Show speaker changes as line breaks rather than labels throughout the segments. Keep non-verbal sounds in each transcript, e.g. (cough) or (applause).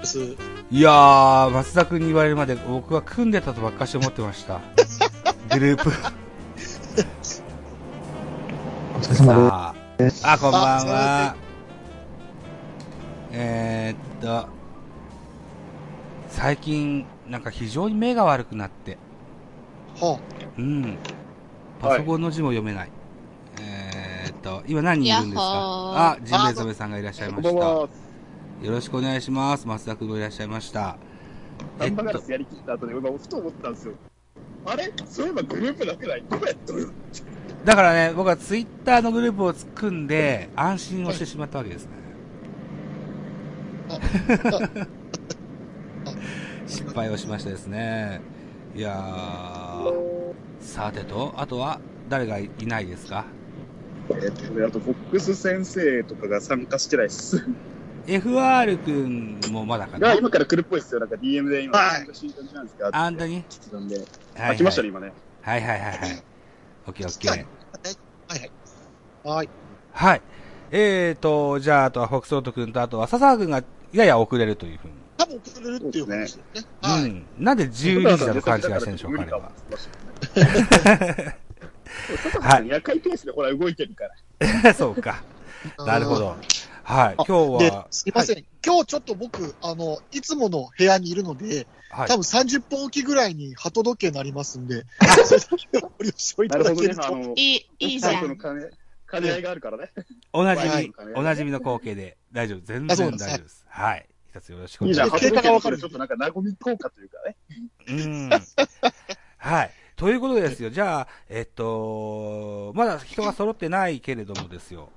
です。
いやー、松田君に言われるまで僕は組んでたとばっかし思ってま
(laughs)
した。グループ。
お疲れ様
あー
です。
あ、こんばんは。えーっと、最近、なんか非常に目が悪くなって、
は
うん。パソコンの字も読めない。えーっと、今何人いるんですか
やっほー
あ、ジンベエザメさんがいらっしゃいま
こん
した。
ばん
よ
は。
ろしくお願いします。松田君もいらっしゃいました。えっ
頑張ら
と、
ずやりきった後で、今、ふと思ったんですよ。あれそういえばグループなくないどうやってる
だからね、僕はツイッターのグループを作んで、安心をしてしまったわけですね。失敗をしましたですね。いやー。さてと、あとは誰がいないですか
えっとね、あと、ボックス先生とかが参加してないっす。
?FR くんもまだか
(laughs) が、
な
今から来るっぽいっすよ。なんか DM で今、
はい
参加していただけなんですか
あんたに
来てたんで。
はいは
あ、
い
来ましたね、今ね。
はいはいはいはい。オッケーオッケー。
いはい。はい。
はい。えーと、じゃあ、あとはフォックスロートくんと、あとは笹川くんがやや遅れるというふうに。
多分送れるっていうことですよね。は
う
い。
ん。なんで12時だと勘違いしてるんでしょう、
無理
彼
か
は
も。。
は
夜回ペースでほら動いてるから。
い。 (laughs) そうか。なるほど。はい。今日
で
は、、
すいません、今日ちょっと僕、あの、いつもの部屋にいるので、
はい
多。分30分おきぐらいに鳩時計になりますんで、それだけはご了承い
な
た
る
だ
ほど
け
ね
る。
あ
と。
の、
(laughs) いい、いいじゃ
最後の
ん。
兼ね、兼ね合いがあるからね。
おなじ
は
み
い、
おなじみの光景で大丈夫。全
あそう
然
で
大
す
丈夫です。はい。一つよろしくお
(laughs) い
願
い
い
じ
し
ゃ
ま
経過
す。
ん、
がわかる
ちょっとなんか、和み効果というかね。
うん。 (laughs) はい。ということですよ。じゃあ、えっと、まだ人が揃ってないけれどもですよ。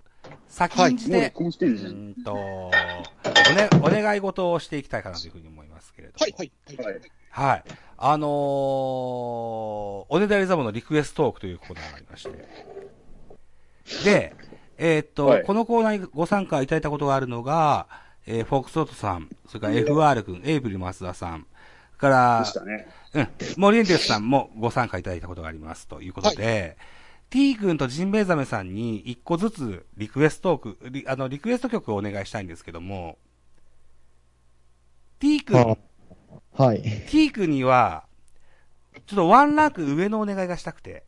先んじ
もうね
て、
こうしてん
う
じゃん。
ーんと、おね、お願い事をしていきたいかなというふうに思いますけれども。
はい、はい、はい。
はい。
はい。あのー、おねだりざまのリクエストトークというコーナーがありまして。で、えーっと、
はい
このコーナーにご参加いただいたことがあるのが、えー、フォックストートさん、それから FR 君、エイブリマスダさん、それか
で
ら
し、たね。
うん、モリエンテスさんもご参加いただいたことがありますということで、T 君とジンベエザメさんに一個ずつリクエストトーク、リあの、リクエスト曲をお願いしたいんですけども、T 君
あはい。
T 君には、ちょっとワンランク上のお願いがしたくて。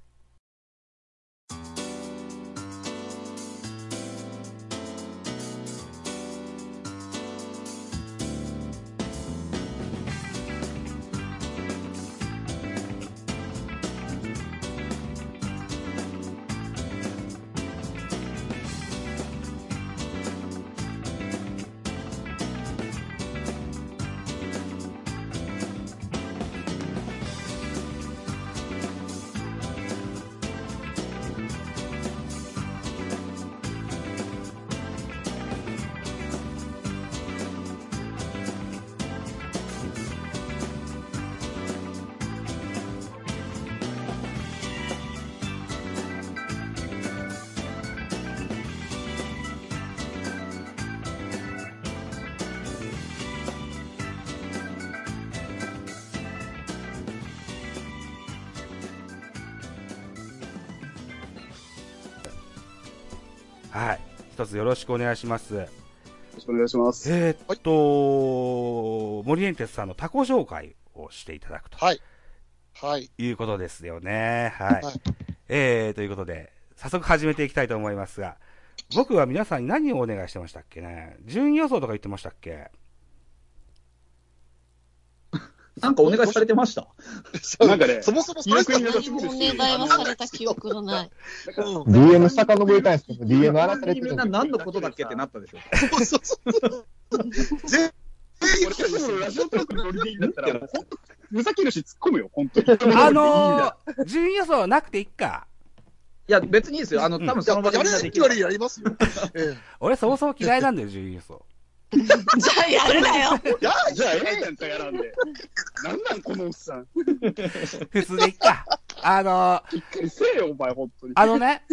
はい。一つよろしくお願いします。
よろしくお願いします。
えーっと、モリエンテスさんの他己紹介をしていただくと
はい。はい。
いうことですよね。はい。
はい
えー、ということで、早速始めていきたいと思いますが、僕は皆さんに何をお願いしてましたっけね順位予想とか言ってましたっけ
なんかお願いされてました。
そう
なんかね
そもそもそれしか
記憶に
ない
何
んですよ
もお願いはされた記憶
(laughs)
のない。
うん
DM 遡りたいんですけど、DM 荒らされて
み
る
ん
ん
な
で。
何のことだっけってなったでしょ。
そうそうそう全
俺たちのラジオトークのノリでいいんだったら、ほんと、ふざけるし突っ込むよ、本当に。
あのー、順位予想はなくていっか。
いや、別にいいですよ。あの、多分その場で
や
みんな
れ
で
る
き
よ
る。
りやりますよ。え
俺そもそも嫌いなんだよ、順位予想。
じゃあやるなよ。
いや、じゃあ、ええやんか、やらんで。なんなん、このおっさん。
普通でいっか。あのー、
しっかりせえよ、お前、本当に。
あのね、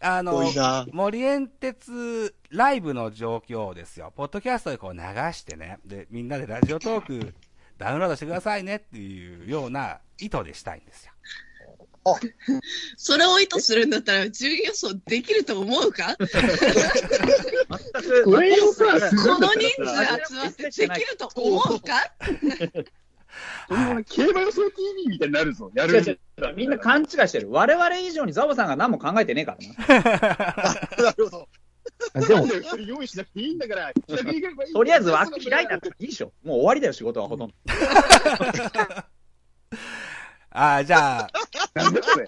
あ
え
の
多、いな。
森エンテツライブの状況ですよ。ポッドキャストでこう流してね、で、みんなでラジオトークダウンロードしてくださいねっていうような意図でしたいんですよ。
それを意図するんだったら、順位予想できると思うかこ
全く
上予想はすごいんだ
の
から
人数集まってできると思うか
このまま競馬予想 TV みたいになるぞ。や
違う
る
違
ぞ
う。みんな勘違いしてる。我々以上にザボさんが何も考えてねえからな。
(laughs) なるほど。
で
なん
も
だ、よ、それ用意しなくていいんだから。
と
と
りあえず枠開い
(laughs)
たらいいでしょ。もう終わりだよ、仕事はほとんど。
ああ、じ
(laughs)
ゃあ、
なんだそれ。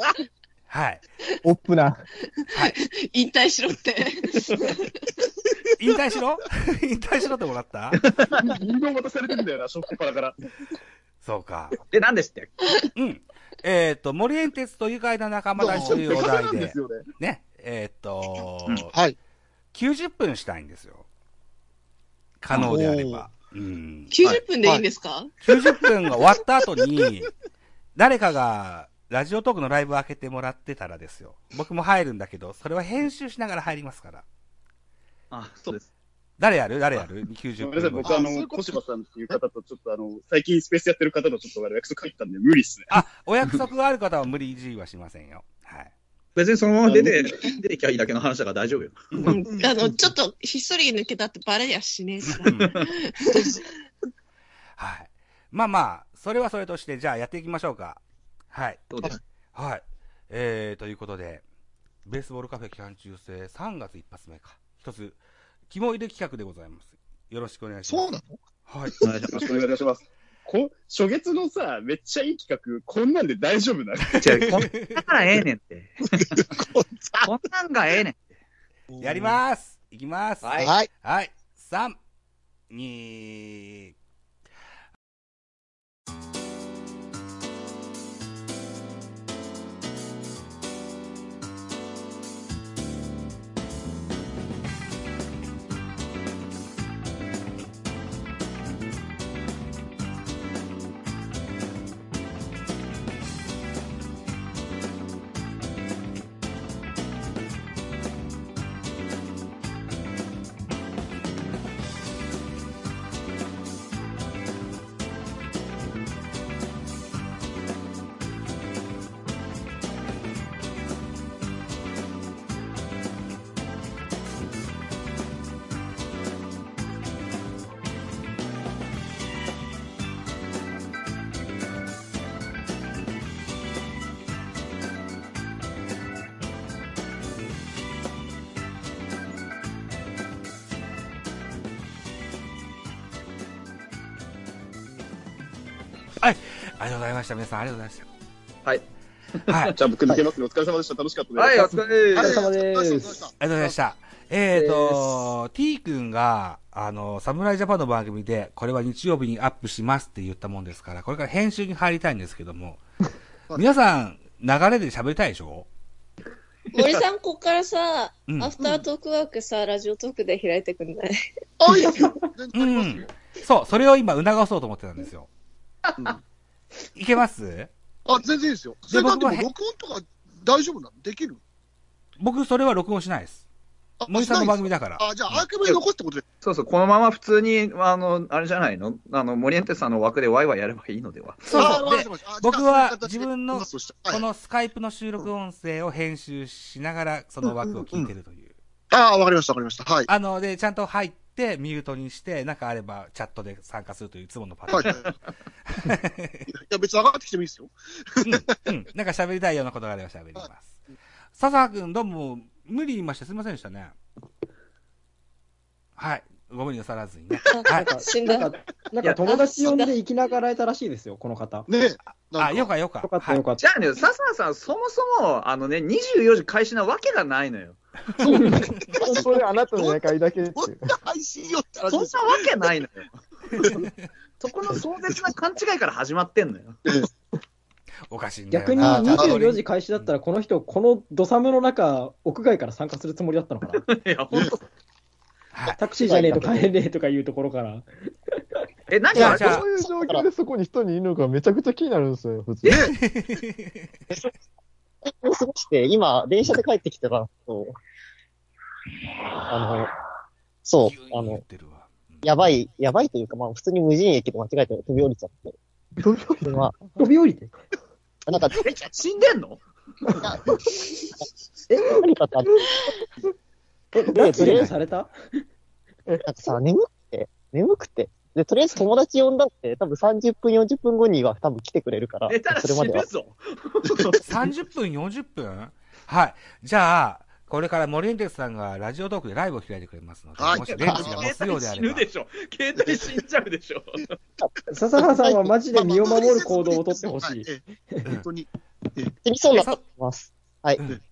はい。
オップな。
引退しろって。
引退しろ (laughs) 引退しろってもらった
人形渡されてんだよな、ショッパラから。
そうか。
で、何でしたっけ
うん。えっ、と、森園鉄と愉快な仲間たちというお
そうな
題
んで、
です
よね。
ね。えっ、と、
うん
はい。
90分したいんですよ。可能であれば。うん。
90分でいいんですか、
90分が終わった後に、誰かが、ラジオトークのライブ開けてもらってたらですよ。僕も入るんだけど、それは編集しながら入りますから。
あ、そうです。
誰やる誰やる
ご
?90
めんなさい、
分後。
僕あ
あそうい
の、
うこ
小
と
芝さんっていう方とちょっとあの、最近スペースやってる方とちょっとあの約束入ったんで無理っすね。
あ、お約束がある方は無理強いはしませんよ。はい。
別にそのまま出て、出てきゃいいだけの話だから大丈夫よ。
うんあの、ちょっと、ひっそり抜けたってバレやしねえしな。
うんはい。まあまあ、それはそれとして、じゃあやっていきましょうか。はい。
そうです。
はい。えー、ということで、ベースボールカフェ期間中制3月一発目か。一つ、肝入れ企画でございます。よろしくお願いします。
そうなの
はい。
お願いし (laughs)
よろしくお願いします。こ初月のさ、めっちゃいい企画、こんなんで大丈夫な (laughs) の
ます。違う、こんなんがええねんって。こんなんがええねん。
やりまーすいきます
は
はいい。はい。
はい。三、二、ありがとうございました。皆さんありがとうございました。はい。はい。あり
じゃあ僕抜けますね。お疲れ様でした。楽しかったです。
はい、お疲れ様です。
様で
です
す。
がとうございま (laughs) した。えーと、T 君が、あの、侍ジャパンの番組で、これは日曜日にアップしますって言ったもんですから、これから編集に入りたいんですけど (laughs) も、皆さん、流れで喋りたいでしょ
森さん、ここからさ、
うん
アフタートークワークさ、ラジオトークで開いてくんない
あ、いや、全
う
然ありますよ
ん。そう、それを今促そうと思ってたんですよ。いけます
あ、全然いいですよ。それだってもう
僕も
録音とか大丈夫なのできる
僕、それは録音しないです。
あ、
森さんの番組
だ。
だから。
あ、じゃあアーカイブに残すってことで。
そうそう、このまま普通に、あの、あれじゃないのあの、森エンテさんの枠でワイワイやればいいのでは。
そう
あわ
そう。
か
で
りましたあ
僕
じゃあ
は
そういう形で
自分の
話をしたは
こ
い
のスカイプの収録音声を編集しながら、その枠を聞いてるという。
あー、わかりました、わかりました。はい。
あの、で、ちゃんと入って、ミュートにして、なんかあればチャットで参加するといういつものパタ
はい。
ー
いや、別に上がってきてもいいですよ。
ン。うん。なんか喋りたいようなことがあれば喋ります。笹原くん、どうも、無理言いましてすみませんでしたね。はい。ご無理なさらずにね。はい。
死んだ。
なんか友達呼んで生きながらえたらしいですよ、この方。
ねえ。
あ、よ
か
かよか
よ。かった
はい
よ。かっ
じゃあね、笹野さん、そもそも、あのね、24時開始なわけがないのよ。
本当にあなたの仲いいだけって。
どんな配信よって話
そん
で
なわ
すよ
けないのよ。 (laughs) そこの壮絶な勘違いから始まってん
(laughs)
のよ。
おかしいんだ
た。
よ
逆に
な。
24時開始だったら、この人、この土砂雨の中、屋外から参加するつもりだったのか (laughs) な。
いや、ほんと。
はい。
タクシーじゃねえと帰れねえとかいうところから。
え、何
いや
か
じゃあ
そういう状況でそこに一人いるのがめちゃくちゃ気になるんですよ、普通。
過ごして、今、電車で帰ってきたから、そう。あの、
(laughs)
そ
急に
う、あ
言
の
っ、てるわ。うん
やばい、やばいというか、まあ、普通に無人駅と間違えて飛び降りちゃって。飛び降りま
飛び降りて。
(laughs) あ、なんか、
え、死んでんの
え、何かってあるえ、
ラ
で、
ッキ
とり
ー
あえ
に
(laughs) ず、
された
なんかさ、眠くて、眠くて。で、とりあえず友達呼んだって、多分30分、40分後には多分来てくれるから
寝たら、
そ
死
れまでは
ぬ。ぞ。
30分、40分はい。じゃあ、これから森エンテスさんがラジオトークでライブを開いてくれますので、
はい
もしレンズが持つようであ
死
れ
ぬ
ば。
でしょ。携帯死んじゃうでしょ。
笹原さんはマジで身を守る行動をとってほしい。
ええ本当
(laughs)
に。
釣りそうなってます。はい。
うん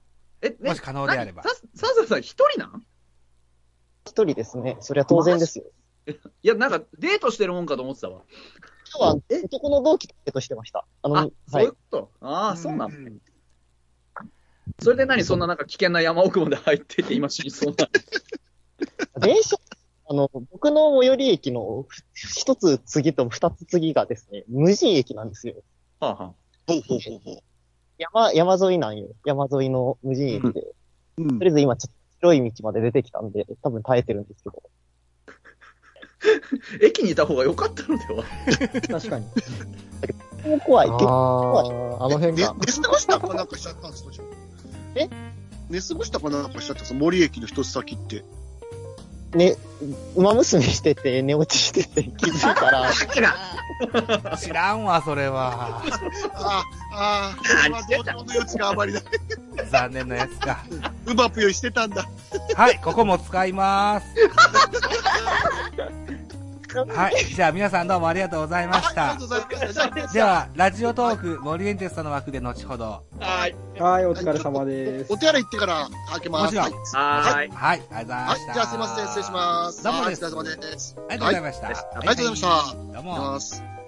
え、ね
もし可能であれば
何。さ、さささん一人なん
一人ですね。そりゃ当然ですよ。
いや、なんかデートしてるもんかと思ってたわ。
今日は、え、男の同期としてました。あの、
あ、そ
は
うい。
いう
こと。ああ、そうなの。
ん
それで何そんななんか危険な山奥まで入ってて今死にそうな。
電車、あの、僕の最寄り駅のふ一つ次と二つ次がですね、無人駅なんですよ。
はあはあ
ほうほうほうほう。
山、山沿いなんよ。山沿いの無人駅で。
うん
とりあえず今、ちょっと広い道まで出てきたんで、多分耐えてるんですけど。
駅にいた方が良かったのでは
確かに。
もう (laughs) 怖い。結構
あの辺
寝
か。
寝過ごしたかなんかしちゃったんですか、じゃあ
え
寝過ごしたかなんかしちゃったんですか森駅の一つ先って。
ね、馬娘してて、寝落ちしてて、気づいたら、
知らんわ、それは。
ああ、ああ、これは同等の余地があまりない。
残念なやつか。
うまぷよいしてたんだ。
はい、ここも使います。はい、じゃあ皆さんどうもありがとうございまし
ありが
た
とう。ございました。じゃあ
では、ラジオトーク、森エンテスさんの枠で後ほど。
はい。
はい、お疲れ様です
お。手洗い行ってから開けます。
も
はい
ちろ。
はい。
はい、ありが
はい
とうございました。
じゃあすいません、失礼します。
どうも
はい
です
お疲れ様です。
ありがとうございました。
はい
は
ありがとうございました。
ど
行
う
き
も。
ます。